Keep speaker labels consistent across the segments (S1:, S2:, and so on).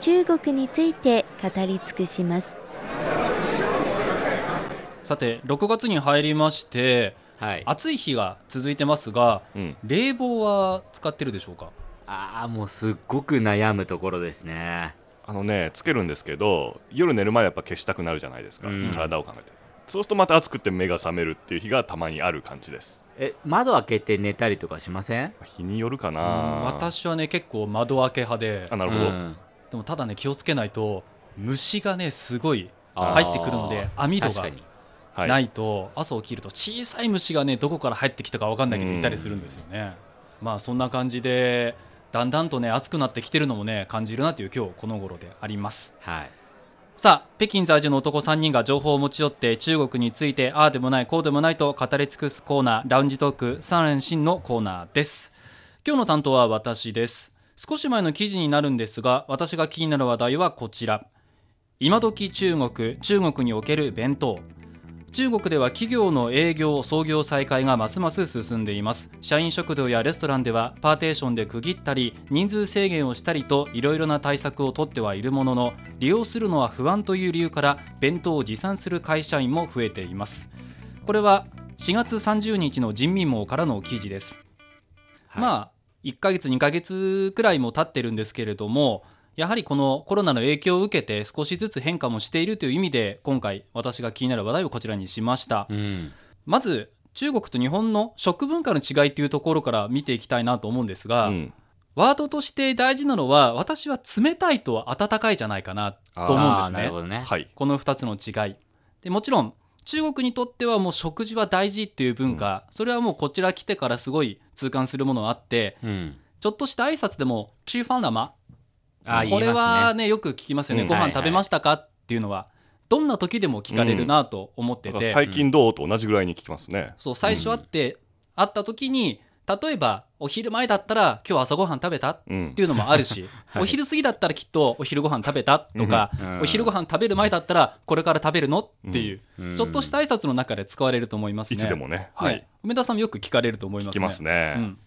S1: 中国について語り尽くします。
S2: さて6月に入りまして
S3: はい、あ
S2: 暑い日が続いてますが
S4: うん、
S2: 冷房は使ってるでしょうか
S3: あーもうすっごく悩むところですね
S4: あのねつけるんですけど夜寝る前はやっぱ消したくなるじゃないですか、
S3: うん
S4: 体を考えてそうするとまた暑くて目が覚めるっていう日がたまにある感じです
S3: え窓開けて寝たりとかしません
S4: 日によるか
S2: うん
S4: な
S2: 私はね結構窓開け派で
S4: あなるほど、
S3: うん
S2: でもただね気をつけないと虫がねすごい
S3: あー
S2: 入ってくるので網戸
S3: 確
S2: が
S3: かに
S4: はい
S2: ないと朝起きると小さい虫がねどこから入ってきたか分かんないけど
S4: うん
S2: いたりするんですよねまあそんな感じでだんだんとね暑くなってきてるのもね感じるなという今日この頃であります
S3: はい
S2: さあ北京在住の男3人が情報を持ち寄って中国についてああでもないこうでもないと語り尽くすコーナーラウンジトーク三連新のコーナーです今日の担当は私です少し前の記事になるんですが私が気になる話題はこちら今時中国中国における弁当中国では企業の営業創業再開がますます進んでいます社員食堂やレストランではパーテーションで区切ったり人数制限をしたりといろいろな対策をとってはいるものの利用するのは不安という理由から弁当を持参する会社員も増えていますこれは4月30日の人民網からの記事です
S3: はい
S2: まあ1ヶ月2ヶ月くらいも経ってるんですけれどもやはりこのコロナの影響を受けて少しずつ変化もしているという意味で今回私が気になる話題をこちらにしました
S3: うん
S2: まず中国と日本の食文化の違いというところから見ていきたいなと思うんですが、
S4: うん
S2: ワードとして大事なのは私は冷たいと温かいじゃないかなと思うんで
S3: あ
S2: す
S3: ーなる
S2: ね
S3: ほどね
S4: はい
S2: この2つの違いでもちろん中国にとってはもう食事は大事っていう文化、それはもうこちら来てからすごい痛感するものがあって
S3: うん
S2: ちょっとした挨拶でも「チーファンラマ」
S3: あー
S2: これ
S3: 言いま
S2: は
S3: すね
S2: ねよく聞きますよね、
S4: うん
S2: ご
S3: はい
S2: 飯
S3: はい
S2: 食べましたかっていうのはどんな時でも聞かれるなと思って
S4: だ
S2: て、
S4: から最近どうと同じぐらいに聞きますね、
S2: そう最初会って、会った時に例えばお昼前だったら今日朝ごはん食べたっ
S4: うん
S2: ていうのもあるし、
S3: はい
S2: お昼過ぎだったらきっとお昼ご飯食べたとか、
S3: うん
S2: お昼ご飯食べる前だったらこれから食べるのっていう、
S3: うん
S2: ちょっとした挨拶の中で使われると思いますね
S4: いつでもね、
S2: は、
S4: はいい、
S2: 梅田さんもよく聞かれると思いますね
S4: 聞きますね、
S2: うん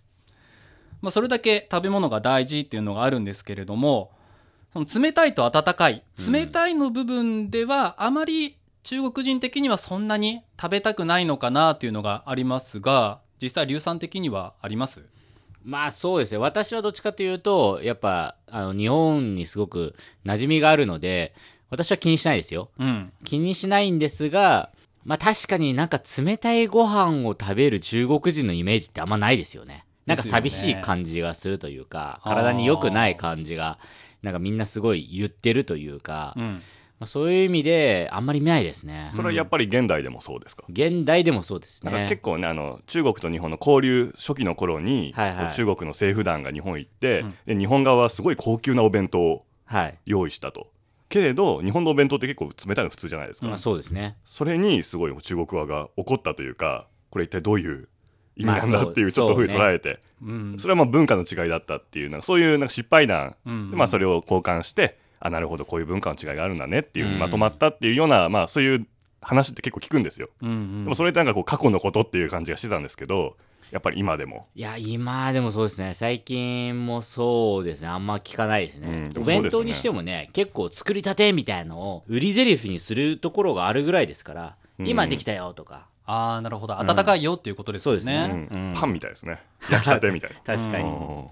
S2: まあ、それだけ食べ物が大事っていうのがあるんですけれどもその冷たいと温かい
S3: うん
S2: 冷たいの部分ではあまり中国人的にはそんなに食べたくないのかなっていうのがありますが実際硫酸的にはあります
S3: まあそうですね私はどっちかというとやっぱあの日本にすごく馴染みがあるので私は気にしないですよ
S2: うん
S3: 気にしないんですがまあ確かになんか冷たいご飯を食べる中国人のイメージってあんまないですよねなんか寂しい感じがするというか、
S2: ですよね
S3: 体に良くない感じがなんかみんなすごい言ってるというか、
S2: う
S3: ま
S2: ん
S3: あ、そういう意味であんまり見ないですね
S4: それはやっぱり現代でもそうですか、
S3: 現代でもそうです
S4: なんか
S3: ね
S4: 結構ねあの中国と日本の交流初期の頃に、
S3: はいはい
S4: 中国の政府団が日本行って、
S2: うん
S4: で日本側はすごい高級なお弁当を
S3: はい、
S4: 用意したとけれど日本のお弁当って結構冷たいの普通じゃないですか、
S3: まあ、そうですね
S4: それにすごい中国側が怒ったというかこれ一体どういう意味なん
S3: まあ
S4: だ
S3: そう
S4: っていうちょっとふうに
S3: そうね
S4: 捉えて、
S2: うん
S4: それはまあ文化の違いだったっていうなんかそういうなんか失敗談
S2: うん
S4: で、まあ、それを交換してあなるほどこういう文化の違いがあるんだねっていう、
S3: うん
S4: まとまったっていうような、まあ、そういう話って結構聞くんですよ。
S2: うんうん
S4: でもそれってなんかこう過去のことっていう感じがしてたんですけどやっぱり今でも、
S3: いや今でもそうですね最近もそうですねあんま聞かないです
S4: う
S3: ね
S4: ん、で
S3: お
S4: もそうですね
S3: 弁当にしてもね結構作りたてみたいのを売り台詞にするところがあるぐらいですから、
S4: うん
S3: 今できたよとか
S2: ああなるほど温かいよっていうことですよね,、
S3: そうですね
S4: うん
S3: うん
S4: パンみたいですね焼きたてみたい
S3: 確か
S4: な。
S3: に、
S4: うん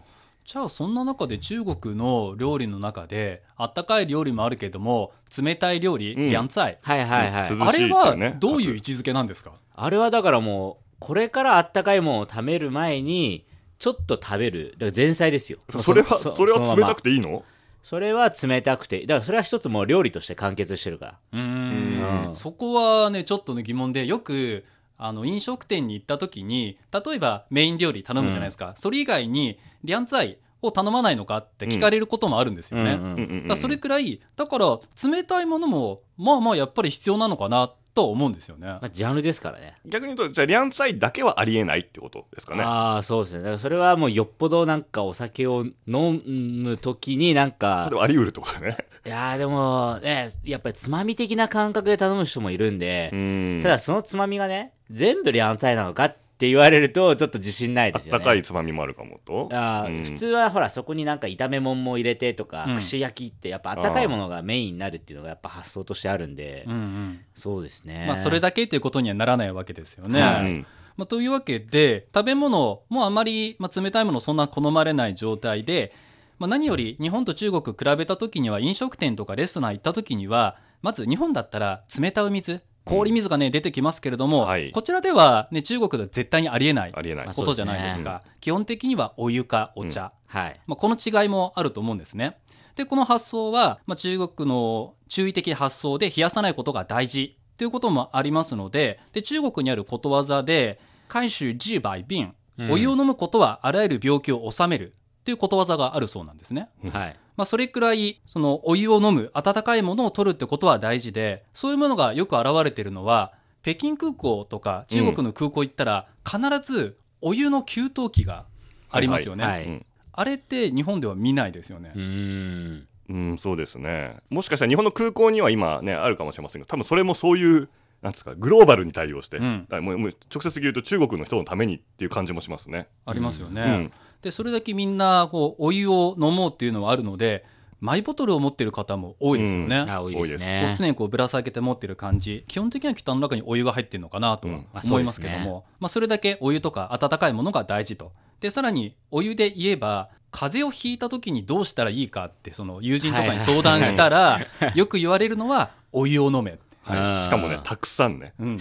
S2: じゃあそんな中で中国の料理の中であったかい料理もあるけども冷たい料理、
S4: うん
S2: リャンツァイ
S3: はいはいはい、
S4: うん涼しい
S2: あれ
S4: って
S2: は
S4: ね
S2: どういう位置づけなんですか
S3: あれはだからもうこれからあったかいものを食べる前にちょっと食べるだから前菜ですよ
S4: そそれはそれは冷たく
S3: て
S4: ていいの
S3: それは冷たくてだからそれは一つもう料理として完結してるから
S2: うーん
S3: うん
S2: そこはねちょっとの疑問でよくあの飲食店に行った時に例えばメイン料理頼むじゃないですか、それ以外にリャンツァイを頼まないのかって聞かれることもあるんですよね。
S3: うんうん
S4: うんうんうん
S2: だからそれくらいだから冷たいものもまあまあやっぱり必要なのかなとは思うんですよね
S3: ま。あ、ジャンルですからね。
S4: 逆に言うとじゃあリアンツァイだけはありえないってことですかね
S3: ああ、そうですね。だからそれはもうよっぽどなんかお酒を飲むときになんか
S4: で、もあり得るってこと だね
S3: いやーでもね、やっぱりつまみ的な感覚で頼む人もいるんで、
S4: うん
S3: ただそのつまみがね、全部リャンサイなのかって言われるとちょっと自信ない
S4: あ
S3: で
S4: っ
S3: すよね。
S4: たかいつまみもあるかもと
S3: あー
S4: うん
S3: 普通はほらそこになんか炒め物も入れてとか、
S2: うん
S3: 串焼きってやっぱあったかいものがメインになるっていうのがやっぱ発想としてあるんで、
S2: うんうん
S3: そうですね
S2: まあ、それだけということにはならないわけですよね。
S3: は
S4: う
S3: い
S4: ん
S2: まあ、というわけで食べ物もあまり、まあ、冷たいものそんな好まれない状態で、まあ、何より日本と中国比べた時には飲食店とかレストラン行った時にはまず日本だったら冷たい水氷水がね、出てきますけれども、
S4: はい
S2: こちらでは、ね、中国では絶対にありえない
S4: ありえない
S3: まあ
S2: ことじゃないです
S4: そ
S2: か
S4: う
S2: 基本的にはお湯かお茶、
S3: はい
S2: まあ、この違いもあると思うんですね。でこの発想は、まあ、中国の注意的発想で冷やさないことが大事ということもありますのでで中国にあることわざで「海州治百病」
S3: うん
S2: お湯を飲むことはあらゆる病気を治めるということわざがあるそうなんですね。
S3: はい
S2: まあ、それくらいそのお湯を飲む温かいものを取るってことは大事でそういうものがよく表れているのは北京空港とか中国の空港行ったら必ずお湯の給湯器がありますよね。
S3: はい
S4: うん
S2: あれって日本では見ないですよね。
S3: うーん
S4: うん、そうですね。もしかしたら日本の空港には今ね、あるかもしれませんが、多分それもそういう、なんですか、グローバルに対応して、
S2: うん
S4: だからもうもう直接言うと中国の人のためにっていう感じもしますね。
S2: ありますよね。
S4: うん
S2: でそれだけみんなこうお湯を飲もうっていうのはあるのでマイボトルを持ってる方も多いですよね。
S4: う
S3: あ多いですね
S2: こう常にこうぶら下げて持ってる感じ基本的にはきっとあの中にお湯が入ってるのかなとは
S4: うん
S3: まあ
S2: 思いますけども、
S3: そう
S2: まあそれだけお湯とか温かいものが大事とでさらにお湯で言えば風邪をひいた時にどうしたらいいかってその友人とかに相談したらよく言われるのはお湯を飲め、
S4: は
S3: あー
S4: い、しかもね、たくさんね。
S2: うん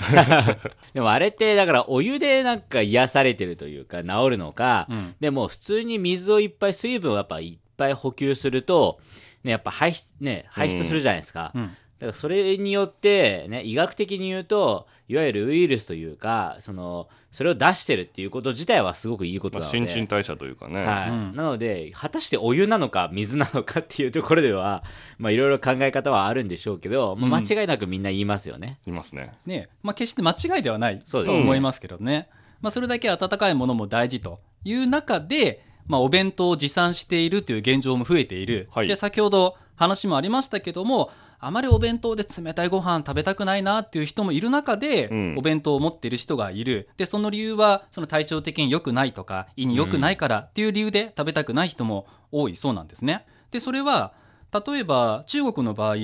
S3: でもあれってだからお湯でなんか癒されてるというか治るのか、
S2: うん
S3: でも普通に水をいっぱい水分をやっぱいっぱい補給するとねやっぱ排出ね排出するじゃないですか、
S2: うん
S3: だからそれによって、ね、医学的に言うといわゆるウイルスというかそのそれを出してるっていうこと自体はすごくいいこと
S4: まあ、
S3: なので、
S4: 新陳代謝というかね。
S3: はい
S2: うん
S3: なので果たしてお湯なのか水なのかっていうところではまあいろいろ考え方はあるんでしょうけど、まあ
S2: うん
S3: 間違いなくみんな言いますよね。
S4: い、ますね。
S2: ねまあ、決して間違いではないと
S3: そうです
S4: ね
S2: 思いますけどね、まあ、それだけ温かいものも大事という中で、まあ、お弁当を持参しているという現状も増えている、
S4: はい
S2: で先ほど話もありましたけどもあまりお弁当で冷たいご飯食べたくないなっていう人もいる中で、
S4: うん
S2: お弁当を持っている人がいるでその理由はその体調的に良くないとか胃に良くないからっていう理由で食べたくない人も多いそうなんですね。でそれは例えば中国の場合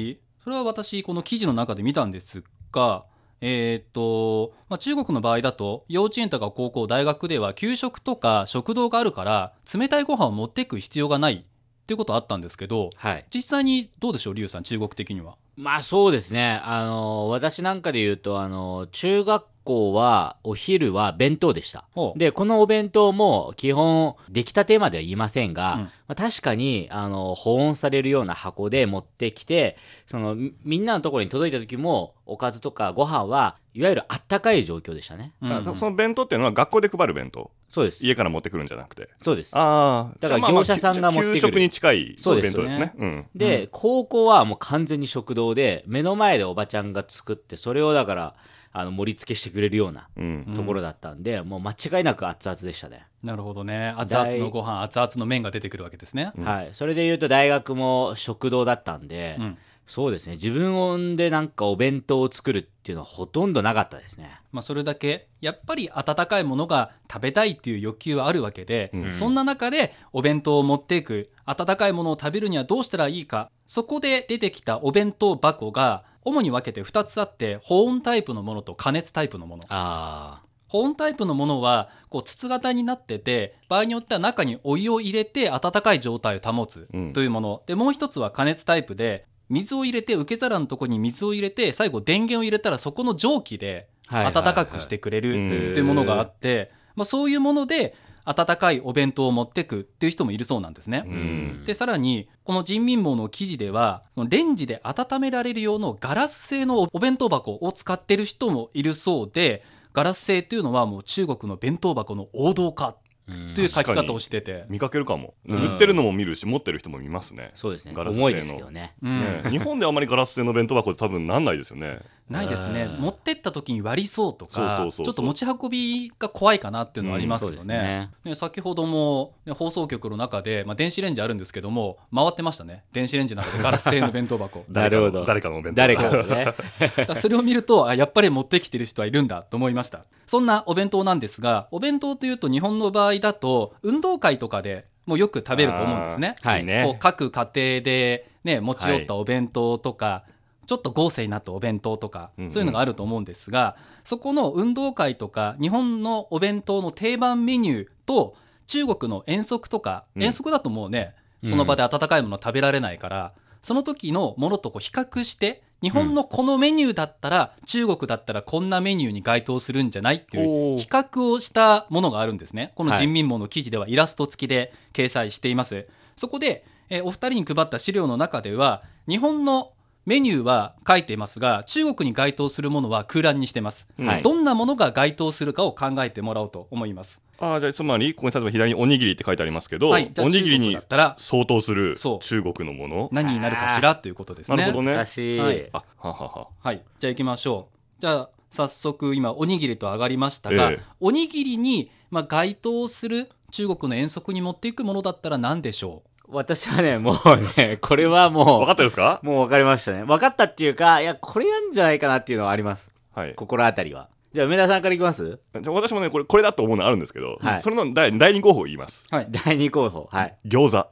S2: それは私この記事の中で見たんですが、えーっとまあ、中国の場合だと幼稚園とか高校大学では給食とか食堂があるから冷たいご飯を持っていく必要がないっていうことあったんですけど
S3: はい、
S2: 実際にどうでしょうリュウさん中国的には。
S3: まあそうですねあの私なんかで言うとあの中学校はお昼は弁当でした。
S2: ほう
S3: でこのお弁当も基本出来たてまでは言いませんが、
S2: うん
S3: まあ、確かにあの保温されるような箱で持ってきてそのみみんなのところに届いた時もおかずとかご飯はいわゆるあったかい状況でしたね
S2: うんうん
S4: あその弁当っていうのは学校で配る弁当。
S3: そうです
S4: 家から持ってくるんじゃなくて。
S3: そうです
S4: ああ、
S3: だから
S4: じゃあまあ
S3: 業者さんが持ってくる
S4: 給食に近い
S3: そうで
S4: 弁
S3: す
S4: 当
S3: よ
S4: で
S2: ね
S4: すね。うん。
S3: で、
S2: うん
S3: 高校はもう完全に食堂で目の前でおばちゃんが作ってそれをだからあの盛り付けしてくれるような
S4: うん。
S3: ところだったんで、もう間違いなく熱々でしたね、
S2: なるほどね熱々のご飯熱々の麺が出てくるわけですね。
S4: うん
S3: はいそれで言うと大学も食堂だったんで、
S2: うん
S3: そうですね自分でなんかお弁当を作るっていうのはほとんどなかったですね
S2: まあ、それだけやっぱり温かいものが食べたいっていう欲求はあるわけで、
S4: うん
S2: そんな中でお弁当を持っていく温かいものを食べるにはどうしたらいいかそこで出てきたお弁当箱が主に分けて2つあって保温タイプのものと加熱タイプのもの
S3: あ
S2: 保温タイプのものはこう筒型になってて場合によっては中にお湯を入れて温かい状態を保つ
S4: うん
S2: というもの、でもう一つは加熱タイプで水を入れて受け皿のところに水を入れて最後電源を入れたらそこの蒸気で
S3: あ、はいはい
S2: 温
S3: はい
S2: かくしてくれる
S4: うん
S2: っていうものがあって、まあ、そういうもので温かいお弁当を持ってくっていう人もいるそうなんですね。
S4: うん
S2: でさらにこの人民網の記事ではそのレンジで温められる用のガラス製のお弁当箱を使ってる人もいるそうでガラス製というのはもう中国の弁当箱の王道化
S3: うん
S2: という書き
S4: 確かに
S2: 方をしてて、
S4: 見かけるかも、
S3: うん
S4: 売ってるのも見るし持ってる人も見ますね
S3: そうですね
S4: ガラス製の
S3: 重いですよね
S2: うん
S4: ね日本であまりガラス製の弁当箱って多分なんないですよ ね
S2: ないですね
S3: うん
S2: 持ってった時に割りそうとか
S4: そうそうそうそう
S2: ちょっと持ち運びが怖いかなっていうのはありますけ
S3: う
S2: どね,、
S3: んそうです
S2: ね
S3: ね
S2: 先ほども、ね、放送局の中で、まあ、電子レンジあるんですけども回ってましたね電子レンジの中でガラス製の弁当箱
S3: なるほど
S4: 誰かの誰かのお弁当
S3: 誰か のね
S2: だからそれを見るとあやっぱり持ってきてる人はいるんだと思いましたそんなお弁当なんですがお弁当というと日本の場合だと運動会とかでもうよく食べると思うんですね
S4: あー
S3: はい
S4: ね
S2: こう各家庭で、ね、持ち寄ったお弁当とか、ちょっと豪勢になったお弁当とか、
S4: うんうん
S2: そういうのがあると思うんですがそこの運動会とか日本のお弁当の定番メニューと中国の遠足とか、
S4: うん
S2: 遠足だともうねその場で温かいもの食べられないから、その時のものとこう比較して日本のこのメニューだったら、中国だったらこんなメニューに該当するんじゃないっていう
S4: おー
S2: 比較をしたものがあるんですね。この
S3: はい
S2: 人民網の記事ではイラスト付きで掲載しています。そこで、えーお二人に配った資料の中では、日本のメニューは書いていますが、中国に該当するものは空欄にしてます。
S4: うん
S3: はい
S2: どんなものが該当するかを考えてもらおうと思います。
S4: あーじゃあつまりここに例えば左におにぎりって書いてありますけど、
S2: はい、じゃあ
S4: お
S2: 中
S4: にぎり
S2: 国
S4: に
S2: だったら
S4: 相当する
S2: そう
S4: 中国のもの
S2: 何になるかしらということ ですね。
S4: なるほどね
S3: 難しい、
S2: はい
S4: あははは
S2: はい、じゃあ行きましょう。じゃあ早速今おにぎりと上がりましたが、
S4: ええ
S2: おにぎりにまあ該当する中国の遠足に持っていくものだったら何でしょ
S3: 私はねもうねこれは
S4: 分
S3: も
S4: かったですか
S3: うもう分かりましたね分かったっていうかいやこれなんじゃないかなっていうのはあります
S4: はい
S3: 心当たりはじゃあ梅田さんからいきます
S4: じゃあ私もねこれこれだと思うのあるんですけど、
S3: はい
S4: それの第第二候補を言います
S2: う。はい。
S3: 第二候補はい
S4: 餃子
S2: あ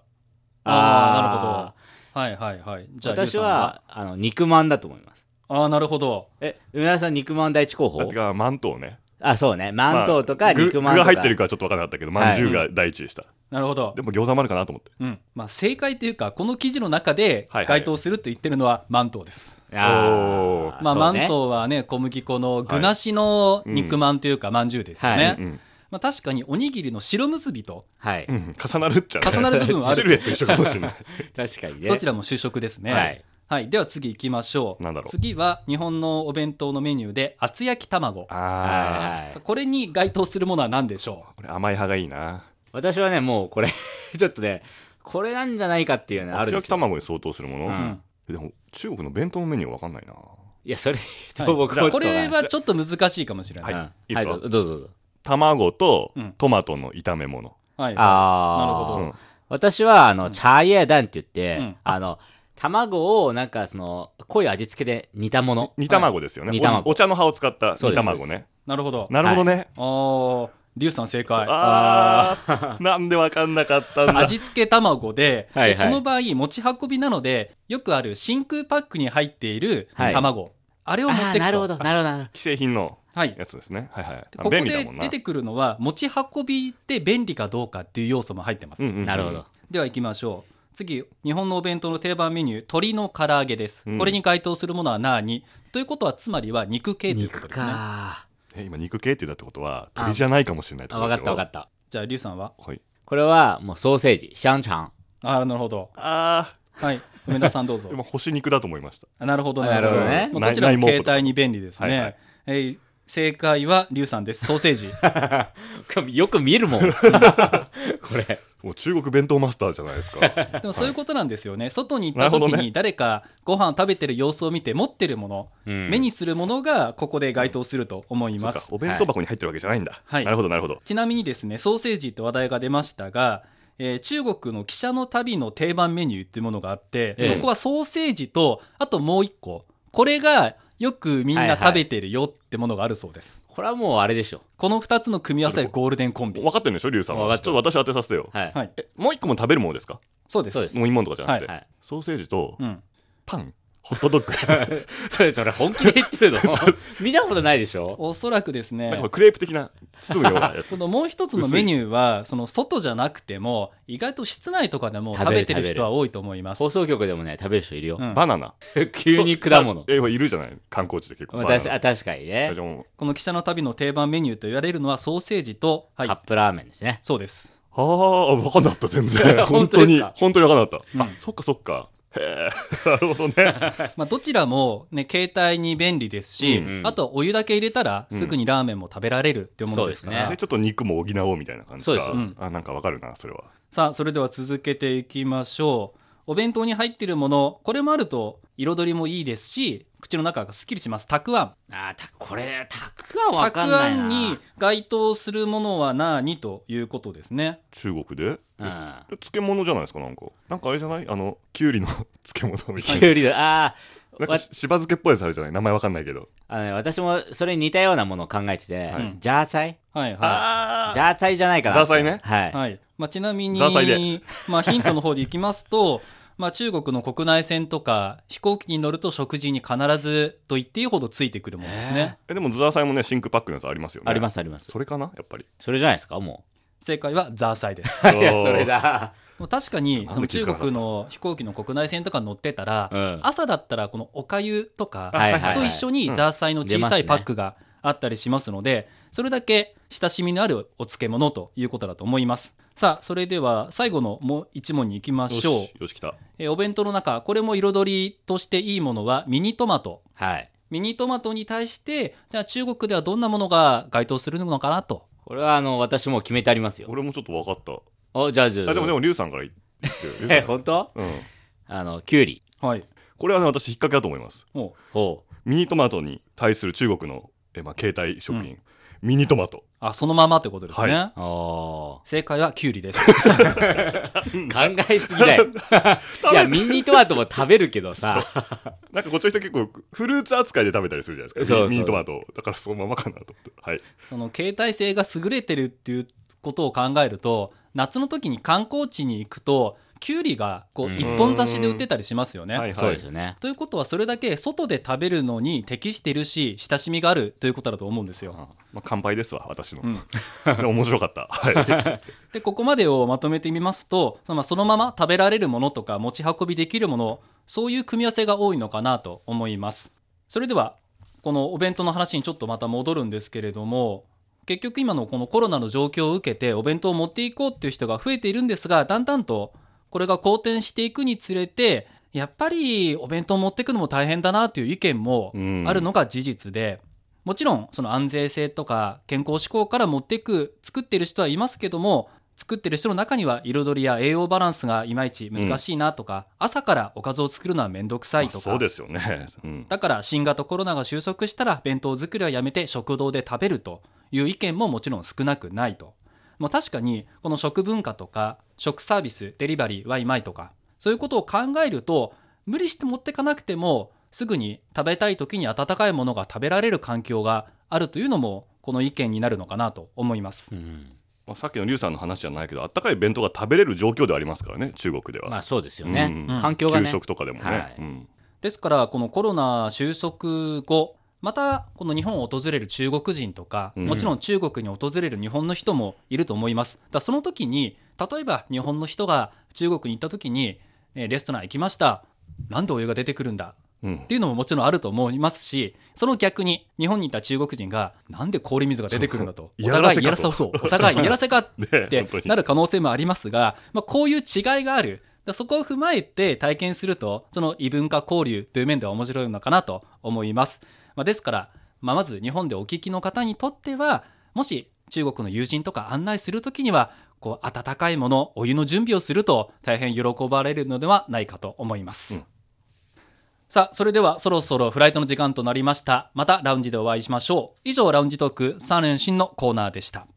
S2: あなるほど。はいはいはい。じゃあリュウ
S3: 私
S2: さん
S3: はあの肉まんだと思います
S2: ああなるほど。
S3: え梅田さん肉まん第一候補
S4: だってかマントウね
S3: あそうねまんとうとか
S4: 具
S3: 肉まん
S4: 具
S3: と
S4: が
S3: か、
S4: 入ってるかはちょっと分からなかったけどまんじゅうが第一でした、
S2: なるほど
S4: で。も餃子もあるかなと思って
S2: うん。まあ正解というかこの記事の中で
S4: はいはい
S2: 該当すると言ってるのはマントウです。
S4: お
S3: あ
S4: ー
S3: ー
S2: ま
S3: そ
S2: あ、
S3: う
S2: マ
S3: ね
S2: ントウはね小麦粉の具なしの肉まんというかまんじゅうですよね、
S3: はい
S4: うん
S2: まあ、確かにおにぎりの白結びと
S3: はい、
S4: うん、重なるっちゃね
S2: 重なる部分はあ
S4: シ
S2: る
S4: ルエット一緒かもしれ ない
S3: 確かにね
S2: どちらも主食ですね、
S3: はい
S2: はい、では次行きましょう
S4: なんだろう
S2: 次は日本のお弁当のメニューで厚焼き卵
S4: ああ
S3: はいはい
S2: これに該当するものは何でしょ
S4: 俺甘い派がいいな
S3: 私はねもうこれ ちょっとねこれなんじゃないかっていうねある
S4: 厚
S3: んで
S4: 焼き
S3: すよ
S4: 卵に相当するもの、
S3: う
S2: う、
S3: ん
S4: でも中国の弁当のメニューわかんないない
S3: やそれで言うと
S2: はい
S3: 僕
S4: じゃ
S3: も
S4: あ
S3: ちょっ
S2: こ
S3: とね
S2: れはちょっと難しいかもしれな、
S4: はいい
S3: うん
S4: いいですか
S3: はいどうぞどうぞどうぞ
S4: 卵と
S2: うん
S4: トマトの炒め物、
S2: はい
S3: あー
S2: なるほど
S4: うん
S3: 私はあの、チャーイエダンって言って、
S2: うん
S3: あの卵をなんかその濃い味付けで煮たもの
S4: 煮卵ですよね、
S3: はい煮卵
S4: おお茶の葉を使った
S3: そう
S4: 煮
S3: です
S4: 卵ね
S2: なるほどあ
S4: なるほどね、
S2: ーリュウさん正解
S4: ああ ーなんでわかんなかったんだ
S2: 味付け卵で
S3: はいはい
S2: でこの場合持ち運びなのでよくある真空パックに入っている
S3: はい
S2: 卵、あれを持っ
S3: あー
S2: てく
S3: なるほ
S2: と
S3: どなるほどなるほど
S4: 既製品の
S2: はいで
S4: やつですねはいはい
S2: ここ
S4: 便利だ
S2: で
S4: もんな
S2: 出てくるのは持ち運びで便利かどうかっていう要素も入ってます、
S4: うんうんうん
S3: なるほど
S2: では行きましょう次日本のお弁当の定番メニュー鶏の唐揚げです、
S4: うん
S2: これに該当するものは何ということはつまりは肉系ということ
S3: 肉
S2: ですね
S3: か
S4: え今肉系ってだってことは鳥じゃないかもしれないって
S3: あ
S4: こと
S3: 分かっ
S4: ですよ
S3: た分かった
S2: じゃあリュウさんは
S4: はい
S3: これはもうソーセージシャンチャン
S2: ああなるほど
S4: あ
S2: はい梅田さんどうぞ
S4: あ今干し肉だと思いました
S2: あなるほど
S3: あ
S2: なるほど
S3: なるほどね
S2: もうどちら
S4: 内内
S2: も
S4: 蒙古
S2: 携帯に便利ですね、
S4: はいはい
S2: えー正解はリュウさんですソーセージ
S3: よく見るもん これ
S4: もう中国弁当マスターじゃないですか
S2: でもそういうことなんですよね、外に行った時
S4: なるほどね
S2: に誰かご飯を食べてる様子を見て持ってるもの、
S3: うん
S2: 目にするものがここで該当すると思い
S4: そ
S2: ま
S4: う
S2: す
S4: かお弁当箱に入ってるわけじゃないんだ、
S2: はい
S4: なるほどなるほど
S2: ちなみにですねソーセージって話題が出ましたが、えー中国の記者の旅の定番メニューっていうものがあって、
S3: ええ
S2: そこはソーセージとあともう一個これがよくみんな食べてるよってものがあるそうです、
S3: これはもうあれでしょ
S2: この2つの組み合わせがゴールデンコンビ
S4: 分かってるんでしょリュウさん
S3: 分か
S4: は
S3: っ
S4: ち
S3: て
S4: ょ
S3: る
S4: っと私当てさせてよ、
S3: はい、
S2: はい
S4: えもう一個も食べるものですか
S2: そうです
S3: そうです
S4: 飲み物とかじゃなくて、
S3: はい、
S4: ソーセージと
S2: うん、
S4: パンホットドッグ
S3: それそれ本気で言ってるの 見たことないでしょ
S2: おそらくです
S4: なん
S2: ね
S4: か クレープ的な包むよう なやつ
S2: そのもう一つのメニューはその外じゃなくても意外と室内とかでも食べて
S3: 食べる食
S2: る
S3: べる
S2: 人は多いと思います
S3: 放送局でもね食べる人いるよ、
S2: うん
S4: バナナ
S3: 急に果物
S4: そうえいるじゃない観光地で結構
S3: まあ
S4: バナ
S3: 確
S4: ナ
S3: あ確かにね
S4: じゃあも
S2: この記者の旅の定番メニューと言われるのはソーセージと、は
S3: カッ
S2: い、
S3: プラーメンですね
S2: そうです、
S4: うあー分かんなかった全然
S3: 本当
S4: 本当
S3: です
S4: に
S3: か
S4: 本当に分かんなかっ
S2: う
S4: た、
S2: ん
S4: そっかそっかなるほどね。
S2: まあ、どちらも、ね、携帯に便利ですし、
S4: うん
S3: うん
S2: あとお湯だけ入れたらすぐにラーメンも食べられるっていうものですから、
S3: そう
S4: でちょっと肉も補おうみたいな感じ
S3: そう
S4: か。
S3: です
S2: ようん
S4: あなんかわかるなそれは。
S2: さあそれでは続けていきましょうお弁当に入っているものこれもあると彩りもいいですし口の中がすっきりしますたくあん
S3: あーたこれたくあんわ
S2: たく
S3: かんな
S2: あ
S3: いなん
S2: に該当するものは何ということですね
S4: 中国で。
S3: うん
S4: 漬物じゃないですかなんか。なんかあれじゃないあのきゅうりの 漬物みたい
S3: き
S4: な。
S3: ゅうりだあ
S4: なん
S3: ー
S4: か
S3: わ
S4: ししば漬けっぽいやつあるじゃない名前わかんないけど。
S3: あのね私もそれに似たようなものを考えてて、
S4: はい
S3: ジャーサイ
S2: はいは
S4: あ
S3: ジャーサイじゃないかな
S4: ジャーサイね
S3: はい、
S2: い、はいまあ、ちなみに
S4: ザーサイで、
S2: まあ、ヒントの方でいきますと まあ、中国の国内線とか飛行機に乗ると食事に必ずと言っていいほどついてくるものですね、
S4: えでもザーサイもね真空パックのやつありますよね。。
S3: ありますすあります
S4: それかなやっぱり。
S3: それじゃないですかも
S2: 正解はザーサイです
S3: う いやそれだ
S2: でも確かに
S4: あ
S2: その
S4: 気づ
S2: 中
S4: かなかった
S2: 国の飛行機の国内線とか乗ってたら、
S3: うん
S2: 朝だったらこのおかゆとか、
S3: はいはいはい
S2: と一緒にザーサイの小さいパックがあったりしますので、それだけ親しみのあるお漬物ということだと思いますさあそれでは最後のもう一問に行きま
S4: よし
S2: しょう
S4: よし来た。
S2: えーお弁当の中これも彩りとしていいものはミニトマト
S3: はい
S2: ミニトマトに対してじゃあ中国ではどんなものが該当するのかなと
S3: これはあの私もう決めてありますよ
S4: 俺もちょっとわかった。
S3: おじゃあじゃあ
S4: あでもで
S3: も
S4: もリュウさんから言ってよリュウさん
S3: え本当
S4: うん。
S3: あのきゅうり
S2: はい
S4: これはね私引っ掛けだと思います。
S2: もう
S3: ほう
S4: ミニトマトに対する中国のえまあ携帯食品、ミニトマト。
S2: あそのままということですね、
S4: は
S3: あ
S2: 正解はキュウリです
S3: ー考えすぎだよいやミニトマトも食べるけどさ
S4: なんかこっちの人結構フルーツ扱いで食べたりするじゃないですか
S3: そうそう
S4: ミニトマトをだからそのままかなと思ってはい
S2: その携帯性が優れてるっていうことを考えると夏の時に観光地に行くときゅうりが
S3: う
S2: こうん一本差しで売ってたりしますよね。
S4: はい
S3: そう
S4: はい
S3: ですよね
S2: ということはそれだけ外で食べるのに適してるし親しみがあるということだと思うんですよ。
S4: あまあ、乾杯ですわ私 の、
S2: うん
S4: でも面白かったはい
S2: でここまでをまとめてみますとそのそのまま食べられるものとか持ち運びできるものそういう組み合わせが多いのかなと思います。それではこのお弁当の話にちょっとまた戻るんですけれども結局今のこのコロナの状況を受けてお弁当を持っていこうっていう人が増えているんですがだんだんとこれが好転していくにつれてやっぱりお弁当を持っていくのも大変だなという意見も
S4: うん
S2: あるのが事実で、もちろんその安全性とか健康志向から持っていく作ってる人はいますけども作ってる人の中には彩りや栄養バランスがいまいち難しいなとか、朝からおかずを作るのは面倒くさい
S4: まあ
S2: とか、
S4: そうですよね、うん、
S2: だから新型コロナが収束したら弁当作りはやめて食堂で食べるという意見ももちろん少なくないと。まあ、確かにこの食文化とか食サービスデリバリーワイマイとかそういうことを考えると無理して持ってかなくてもすぐに食べたい時に温かいものが食べられる環境があるというのもこの意見になるのかなと思います。
S3: うん
S4: まあ、さっきのリュウさんの話じゃないけどあったかい弁当が食べれる状況ではありますからね中国では、
S3: まあそうですよね
S4: うん
S3: 環境がね
S4: 給食とかでもね、
S3: はい
S4: うん
S2: ですからこのコロナ収束後またこの日本を訪れる中国人とか、
S4: うん
S2: もちろん中国に訪れる日本の人もいると思いますだからその時に例えば日本の人が中国に行った時に、ねレストラン行きましたなんでお湯が出てくるんだ
S4: うん
S2: っていうのももちろんあると思いますしその逆に日本にいた中国人がなんで氷水が出てくるんだと
S4: そう
S2: お互い
S4: 嫌
S2: 嫌ら
S4: らせ
S2: せ
S4: かと
S2: そうお互い嫌らせかっ
S4: ね
S2: って
S4: 本当に
S2: なる可能性もありますが、まあ、こういう違いがある。だそこを踏まえて体験すると、その異文化交流という面では面白いのかなと思います。まあ、ですから、まあ、まず日本でお聞きの方にとっては、もし中国の友人とか案内するときには、こう温かいもの、お湯の準備をすると大変喜ばれるのではないかと思います。
S4: うん
S2: さあ、それではそろそろフライトの時間となりました。またラウンジでお会いしましょう。以上、ラウンジトーク3連新のコーナーでした。